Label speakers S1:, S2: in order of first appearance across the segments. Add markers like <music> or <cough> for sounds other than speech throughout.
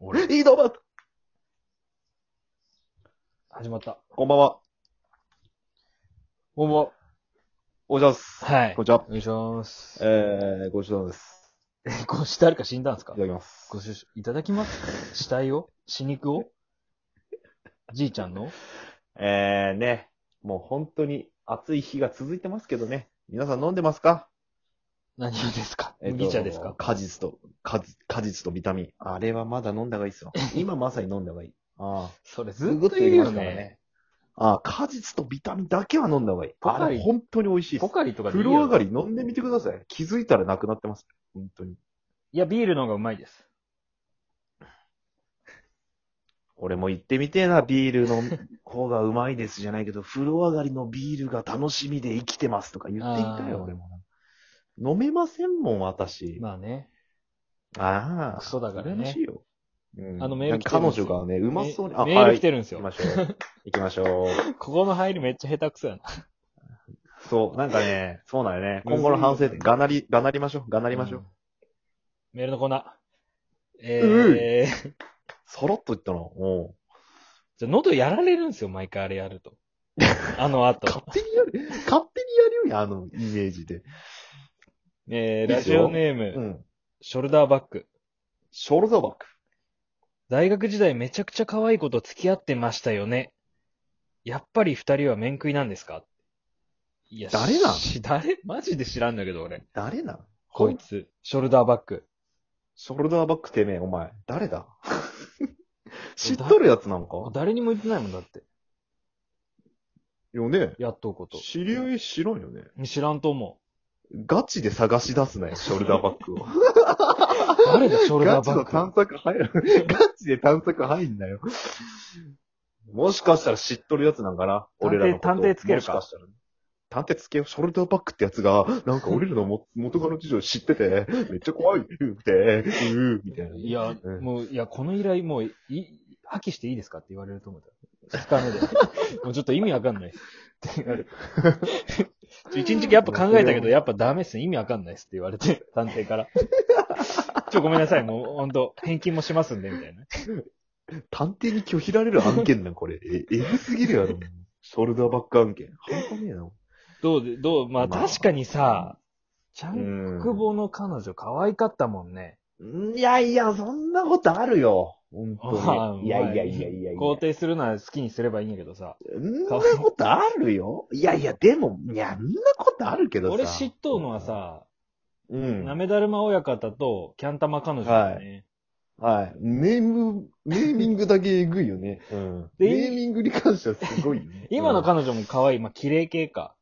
S1: 俺。
S2: いいどうも
S1: 始まった。
S2: こんばんは。
S1: ほぼ。
S2: おじゃす。
S1: はい。
S2: こんにちは。
S1: お願いします。
S2: えー、ごちそうさまです。
S1: え、ご死誰か死んだんです
S2: い
S1: か
S2: ただきます。
S1: ご死、いただきます死体を死肉をじいちゃんの
S2: えー、ね。もう本当に暑い日が続いてますけどね。皆さん飲んでますか
S1: 何をですか
S2: えっと
S1: 麦茶ですか
S2: 果実と、果実果実とビタミン。あれはまだ飲んだ方がいいですよ。今まさに飲んだ方がいい。ああ。
S1: それず
S2: ず
S1: っと言うよね。。
S2: ああ、果実とビタミンだけは飲んだ方がいい。
S1: ポカリ
S2: あれ本当に美味しいで
S1: ポ
S2: す。
S1: カリとかでい
S2: 風
S1: いよ
S2: 呂上がり飲んでみてください。気づいたらなくなってます。本当に。
S1: いや、ビールの方がうまいです。
S2: 俺も行ってみてえな、ビールの方がうまいですじゃないけど、風呂上がりのビールが楽しみで生きてますとか言ってみた
S1: あー
S2: よ、俺も。飲めませんもん、私。
S1: まあね。
S2: ああ。
S1: クソだからね
S2: 羨ましいよ。うん
S1: あのメール来てるん
S2: 彼
S1: ですよ
S2: 女がね、うまそうに。あ、
S1: メメール来
S2: はい
S1: てるんですよ。
S2: 行きましょ
S1: <laughs>
S2: う。行きましょう。
S1: ここの入りめっちゃ下手くそやな。
S2: そう、なんかね、そうなんよね。今後の反省点、がなり、がなりましょう。がな
S1: あ
S2: りましょう。。
S1: メールのコーナー。えー、
S2: そろっと言ったの。も
S1: じゃあ喉やられるんですよ、毎回あれやる
S2: <laughs>
S1: と。あの
S2: う、勝
S1: 後。
S2: 手にやる、勝手にやるよ、あのイメージで。
S1: えー、
S2: いい
S1: ラ
S2: っす
S1: ジ
S2: よ
S1: オネーム、
S2: うん。
S1: ショルダーバッグ。
S2: ショルダーバック。
S1: 大学時代めちゃくちゃ可愛い子と付き合ってましたよね。やっぱり二人は面食いなんですかいや、
S2: 誰なん
S1: し誰マジで知らんだけど俺。
S2: 誰なん
S1: こいつ、ショルダーバッグ。
S2: ショルダーバックてめえ、お前。
S1: <laughs>
S2: 誰だ知っとるやつなんか
S1: 誰にも言ってないもんだって。
S2: よね。
S1: やっとうこと。
S2: 知り合い知らんよね。
S1: 知らんと思
S2: ガチで探し出す
S1: <laughs>
S2: なよ、ショルダーバックを。
S1: う。誰だ、ショルダ
S2: ガ
S1: ー
S2: チの
S1: バッ
S2: 探
S1: グ。
S2: 索入る。ガチで探索入んなよ。もしかしたら知っとるやつなんかな俺らのこと。
S1: 探偵探偵つけるか
S2: もしかしたらね探偵つけよう。ショルダーバックってやつが、なんか俺らのも元カノ事情知ってて、めっちゃ怖いって、うー、みたいな。
S1: いや、
S2: うん
S1: もう、いや、この依頼もう、い、破棄していいですかって言われると思った。二 <laughs> 日目で。もうちょっと意味わかんないっす。って言われてちょ一日やっぱ考えたけど、やっぱダメっすね。意味わかんないっすって言われて、探偵から。ちょ、ごめんなさい。もう、ほんと、返金もしますんで、みたいな。
S2: 探偵に拒否られる案件なん、
S1: <laughs>
S2: これ。え、えぐすぎるやろ。ショルダーバック案件。半端ねえな。
S1: どうで、どう、まあ、
S2: まあ
S1: 確かにさ、ちゃ
S2: うんん
S1: くぼの彼女可愛かったもんね。
S2: いやいや、そんなことあるよ。本
S1: ま
S2: 当
S1: <laughs> あ
S2: に。いやいやいやいやいや。
S1: 肯定するなら好きにすればいいんやけどさ。
S2: そんなことあるよ。いやいや、でも、いや、んなことあるけどさ。
S1: 俺知っとうのは、さ、
S2: う。
S1: なんめだるま親方とキャンタマ彼女だよね。
S2: はい。ネーム、ネーミングだけえぐいよね。
S1: <laughs>
S2: うん。
S1: で。
S2: ネーミングに関してはすごいよね
S1: 今の
S2: か、
S1: 彼女も可愛い。まあ、綺麗系か。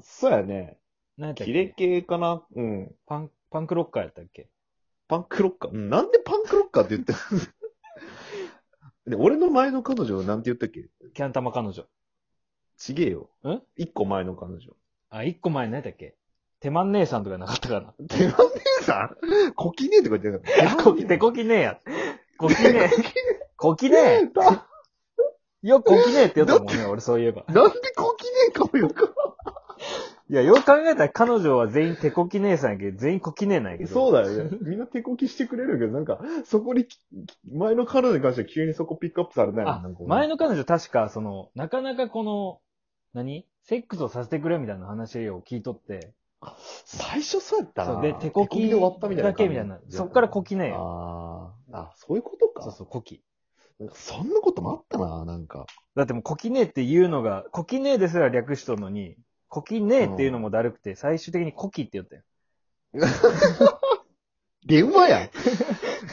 S2: そうやね。
S1: 何やったっ
S2: キレ
S1: け
S2: 系かなうん。
S1: パン、パンクロッカーやったっけ
S2: パンクロッカー。うんなんでパンクロッカーって言ってるで俺の <laughs> 前の彼女はなんて言ったっけ
S1: キャンタマ彼女。
S2: ちげえよ。
S1: ん
S2: 一個前の彼女。
S1: あ、一個前何やったっけ手マン姉さんとかなかったか
S2: 手ま姉さんこきねえって書いてなかった。
S1: なこき、手こきねえや。こきね
S2: <laughs>
S1: え。こきね
S2: だ
S1: え。よくこきねえって言った
S2: <laughs>
S1: もんね、俺そういえば。
S2: なんでこきねえかもよく。
S1: いや、よく考えたら彼女は全員手こき姉さんやけど、全員こきねえなんやけど。
S2: そう
S1: だ。
S2: だよね。みんな手こきしてくれるけど、なんか、そこにき、前の彼女に関しては急にそこピックアップされないもん
S1: あ
S2: なんか、
S1: 前の彼女確か、その、なかなかこの、何セックスをさせてくれみたいな話を聞いとって。
S2: 最初そうやった
S1: そ
S2: な。
S1: うで、手こき
S2: で終わったみたいな
S1: だ
S2: 感
S1: け
S2: じ。
S1: みたいな。そっからこきねえよ。
S2: あーあ、そういうことか。
S1: そうそう、こき。
S2: なんかそんなこともあったな、なんか。
S1: だってもう、こきねえっていうのが、こきねえですら略しとるのに、こきねえっていうのもだるくて、最終的にこきって言ったよ。
S2: 電
S1: <laughs>
S2: 話やん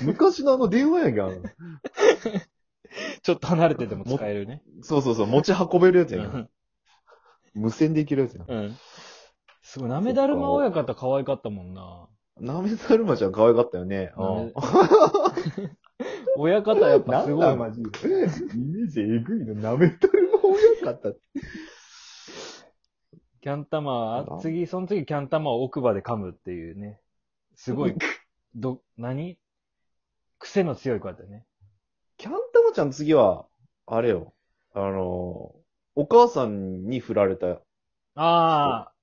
S2: 昔のあの電話やんが。
S1: ちょっと離れてても使えるね。
S2: そうそうそう、持ち運べるやつ
S1: う
S2: やん。
S1: ん。
S2: 無線でいけるやつやん。
S1: うん。すごい、なめだるま親方可愛かったもんな。
S2: なめだるまちゃん可愛かったよね。
S1: <laughs> なめ
S2: うん
S1: 親方やっぱすごい。
S2: なんだマ
S1: <laughs>
S2: ジで。イメージえぐいの、なめだるま親方って。
S1: キャンタマ
S2: なんだ
S1: ー、次、その次キャンタマーを奥歯で噛むっていうね。すごい、ど、何癖の強い子だったよね。
S2: キャンタマちゃん次は、あれよ。あの、お母さんに振られた。
S1: ああ、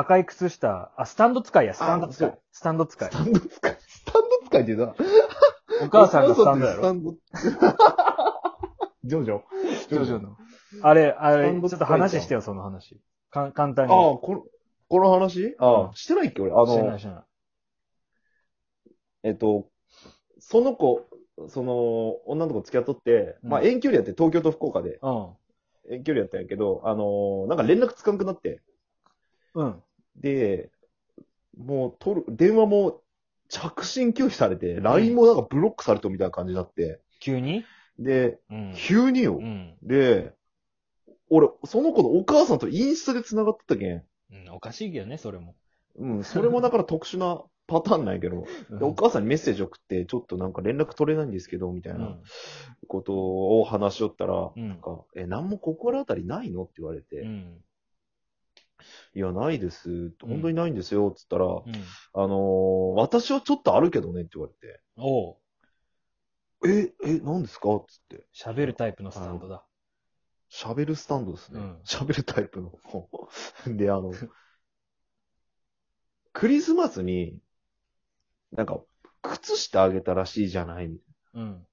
S1: 赤い靴下、あ、スタンド使いや、スタンド使
S2: あそ
S1: い。スタンド使い
S2: ス。タンド使い。スタンド使いって言うな。
S1: お母さんがスタンドや
S2: ス
S1: ろ
S2: タ。ンドジョジョ。
S1: ジョジョの。あれ、あ
S2: スタ
S1: れ、
S2: ン
S1: ちょ
S2: ド
S1: っ
S2: 使い
S1: と話してよ、その話。か簡単に。
S2: ああ、この、この話あ
S1: う
S2: あ
S1: ん、
S2: してないっけ俺。あ
S1: してない
S2: の、
S1: してない。
S2: えっと、その子、その、女の子付き合っとって、
S1: うん
S2: まあ遠距離やって、東京と福岡で
S1: うん。
S2: 遠距離やったんやけど、あの、なんか連絡つかんくなって、
S1: うん。
S2: で、もう、取る、電話も着信拒否されて、LINE もなんかブロックされたみたいな感じになって、
S1: 急に
S2: で、
S1: うん。
S2: 急によ
S1: う。ん。
S2: で、俺、その子のお母さんとインスタで繋がってたけん。
S1: うんおかしいけどね、それも。
S2: うん、それもだから特殊なパターンなんやけど、でお母さんにメッセージ送って、ちょっとなんか連絡取れないんですけど、みたいなことを話しよったら、
S1: うん
S2: なんか、え、何も心当たりないのって言われて、
S1: うん。うん。
S2: いや、ないです。本当にないんですよ、つったら、
S1: うん。
S2: あのー私はちょっとあるけどねって言われ
S1: おう。
S2: て、え、え、何ですかつって。
S1: 喋るタイプのスタンドだ。
S2: 喋るスタンドですね
S1: うん。
S2: 喋、るタイプの。 <laughs> で、あの、クリスマスに、なんか、靴下あげたらしいじゃない。
S1: うん。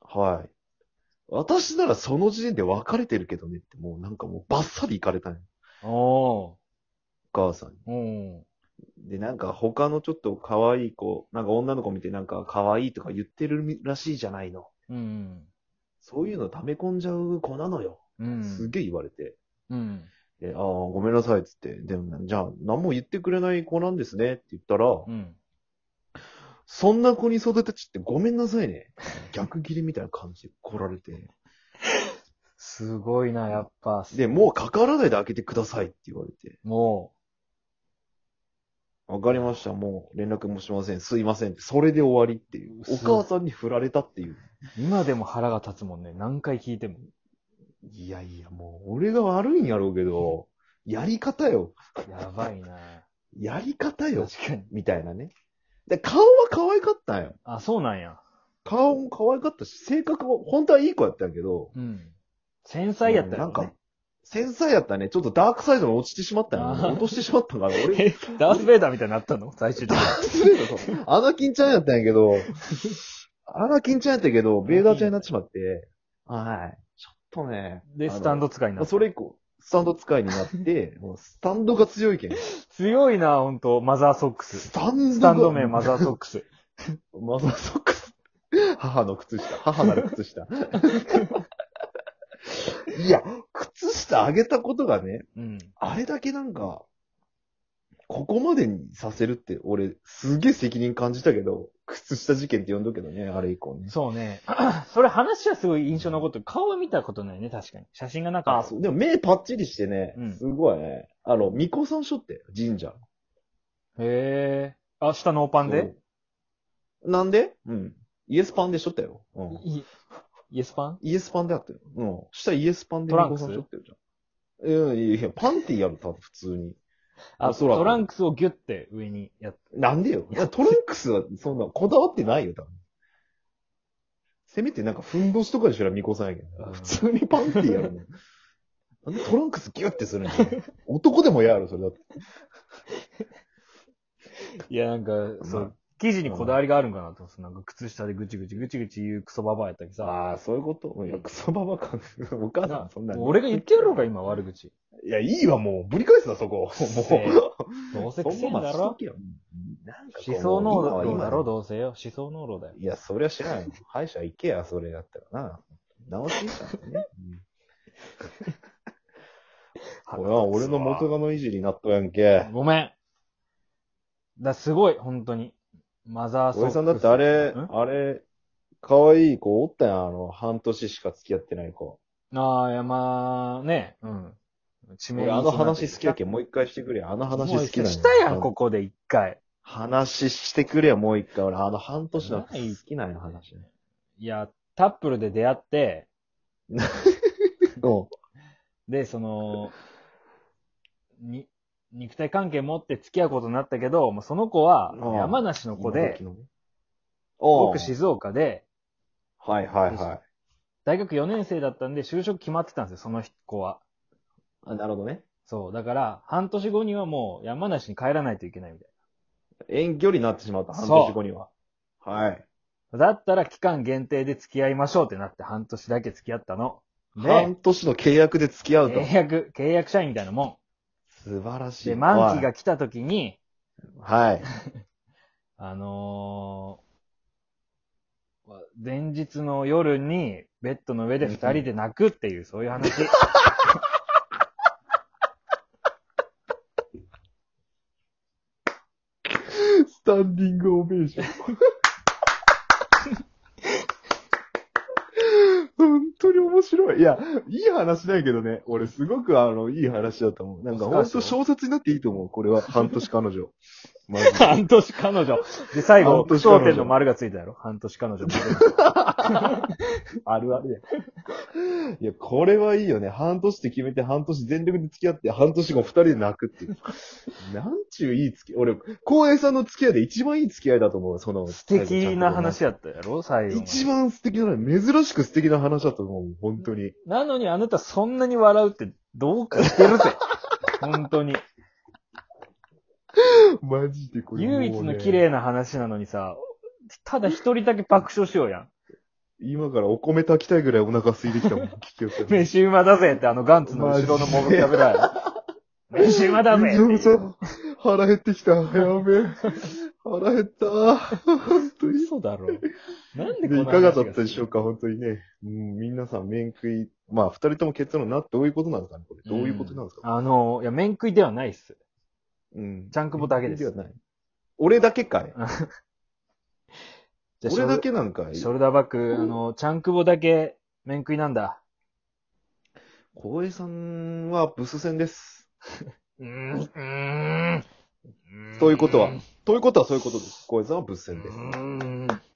S2: はい。私ならその時点で別れてるけどねって、もうなんかもうバッサリ行かれたんよ
S1: お
S2: お母さんに。
S1: う。うん。
S2: で、なんか他のちょっと可愛い子、なんか女の子見てなんか可愛いとか言ってるらしいじゃないの。
S1: うん。
S2: そういうの溜め込んじゃう子なのよ。
S1: うん。
S2: すげえ言われて。
S1: うん。
S2: で、ああ、ごめんなさいっつって。でも、じゃあ、何も言ってくれない子なんですねって言ったら、
S1: うん。
S2: そんな子に育てちってごめんなさいね。逆切りみたいな感じで来られて。
S1: すごいな、やっぱ。
S2: で、もう関わらないで開けてくださいって言われて。
S1: も
S2: わかりました。もう連絡もしません。すいませんって。それで終わりっていう。お
S1: す
S2: 母さんに振られたっていう。
S1: う、今でも腹が立つもんね。何回聞いても。
S2: いやいや、もう俺が悪いんやろうけど、やり方よ。
S1: やばい <laughs> な。
S2: やり方よ。
S1: 確かに。
S2: みたいなね。で、顔は可愛かったんよ。
S1: あ、そうなんや。
S2: 顔も可愛かったし、性格も本当はいい子やったんやけど、
S1: うん。繊細やった
S2: な
S1: よ、
S2: ん
S1: ね。
S2: か、繊細やったね。ちょっとダークサイドに落ちてしまったよ
S1: あ
S2: ね。
S1: ー
S2: 落としてしまったから、俺、
S1: え、ダース・ベイダーみたいになったの最終的
S2: ダ
S1: に。
S2: ークサイドと、アナキンちゃんやったんやけど、アナキンちゃんやったけど、ベーダーちゃんになっちまって、はい。ちょっとね。
S1: で、
S2: あの
S1: スタンド使いにな
S2: まあ、
S1: った
S2: そ。れ以降、スタンド使いになって、もうスタンドが強いけん。
S1: 強いな、ほんと。マザーソックス。
S2: スタンドが
S1: スタンド名マザーソックス。
S2: マザーソックス。母の靴下。母なる靴下。 <laughs> いや、靴下あげたことがね、
S1: うん。
S2: あれだけなんか、ここまでにさせるって、俺、すげえ責任感じたけど、靴下事件って呼んどくけどね、あれ以降ね。
S1: そうね。 <clears throat> それ話はすごい印象残ってる。顔は見たことないね、確かに。写真がなか
S2: あ
S1: った。
S2: そう。でも目パッチリしてね
S1: うん、
S2: すごいね。あの、巫女さんしょって、神社。
S1: へえ。あ、下ノーパンで
S2: そうなんでうん。イエスパンでしょったよ。うん。
S1: いイエスパン
S2: イエスパンであったよ。うん。下イエスパンで
S1: トランクス
S2: 巫女さんしょってるじゃん。うん、いやいや、パンティやろ、多分普通に。お
S1: あ、
S2: そらく
S1: トランクスをギュッて上にやっ
S2: なんでよ。いや、トランクスはそんなこだわってないよ、多分。せめてなんか、ふんどしとかでしら巫女さんやけ
S1: う
S2: ど。
S1: ん
S2: 普通にパンティーやるの。なんでトランクスギュってするんや。男でも嫌やろ、それだって。
S1: <laughs> いや、なんか、そう、生地にこだわりがあるんかなと思って、なんか靴下でぐちぐちぐちぐち言うクソババアやったけどさ。
S2: ああ、そういうこといや、クソババか。お母さん、そんな
S1: もう俺が言ってやろうか、今、悪口。
S2: いや、いいわ、もう。ぶり返すな、そこ。もう。
S1: <laughs> せえどうせくせえんだろ
S2: なんかこう
S1: 思想濃
S2: 今は
S1: 度
S2: 今
S1: だ
S2: だ
S1: ろ、どうせよ。思想濃度だよ。
S2: いや、そりゃ知らんよ。歯医者行けや、それだったらな。直しにしたんだね。これは俺の元
S1: が。
S2: カノいじりになったやんけ。
S1: ごめん。だ、すごい、本当に。マザーソッ
S2: お
S1: ク
S2: じ
S1: ス。
S2: さんだってあれ
S1: ん、
S2: あれ、可愛い子おったやん、あの、半年しか付き合ってない子。
S1: ああ、いや、まあ、ね。うん。地
S2: 俺、あの話好きやけん、もう一回してくれや。あの話好きなん
S1: な
S2: や。
S1: したやん、ここで一回。
S2: 話してくれや、もう一回。俺、あの半年の
S1: ない
S2: 好きなんや、話。
S1: いや、タップルで出会
S2: <laughs>
S1: って、
S2: うん。
S1: で、その、に、肉体関係持って付き合うことになったけど、もうその子は
S2: ああ
S1: 山梨の子で、
S2: 今時のね、
S1: 僕
S2: うん
S1: 静岡で、
S2: はいはいはい。
S1: 大学4年生だったんで就職決まってたんですよ、その子は。
S2: あ、なるほどね。
S1: そう。だから、半年後にはもう山梨に帰らないといけないみたい
S2: 遠距離になってしまった、
S1: そ
S2: 半
S1: う
S2: 年後には。はい。
S1: だったら期間限定で付き合いましょうってなって半年だけ付き合ったの。で
S2: 半、年の契約で付き合うと。
S1: 契約、契約社員みたいなも
S2: 素晴ら
S1: ん。
S2: しい。
S1: で、満期が来た時に、
S2: はい。はい。
S1: あのー前日の夜にベッドの上で二人で泣くっていう、そういう話。
S2: スタンディングオベーション。 <laughs> 本当に面白い。いや、いい話だけどね。俺すごくあの、いい話だと思う。なんか本当小説になっていいと思う。これは半年彼女。マジで
S1: <laughs> 半年彼女。で、最後、
S2: 半
S1: 句
S2: 年彼女
S1: 読点の丸がついたやろ半年彼女。あるあるや。
S2: いや、これはいいよね。半年って決めて、半年全力で付き合って、半年後二人で泣くっていう。なんちゅういい付き合い。俺、浩平さんの付き合いで一番いい付き合いだと思う。その。
S1: 素敵な話やったやろ最後まで。
S2: 一番素敵な話、珍しく素敵な話だと思う。本当に。
S1: なのにあなたそんなに笑うってどうかして <laughs> るぜ。本当に。
S2: マジでこれ、
S1: 唯一の綺。麗な話なのにさ、ただ一人だけ爆笑しようやん。
S2: 今からお米炊きたいぐらいお腹空いてきたもん。聞きよったら。
S1: 飯馬だぜってあのガンツの後ろのモブキャブラやろ。飯馬だぜって
S2: めち
S1: い
S2: ゃ
S1: う
S2: めちゃ腹減ってきた。やべえ。腹減った。本当に。
S1: 嘘 <laughs> だろ。なんでこ
S2: で、
S1: の
S2: い
S1: 話
S2: かがだったでしょうか、本当にね。うん、皆さん、面食い。まあ、二人とも結論な、どういうことなんですかね、これ。どういうことなんですか、
S1: あの、いや、面食いではないっす。
S2: うん。
S1: ジャンクボだけです
S2: 面食いはない。俺だけかい。
S1: じゃあ
S2: 俺だけなんかい
S1: ショルダーバッグ、あの、チャンクボだけ、面食いなんだ。
S2: 浩平さんはブス戦です。
S1: うーん、うーん。
S2: ということは、ということはそういうことです。浩平さんはブス
S1: うー
S2: 戦
S1: ん。
S2: です。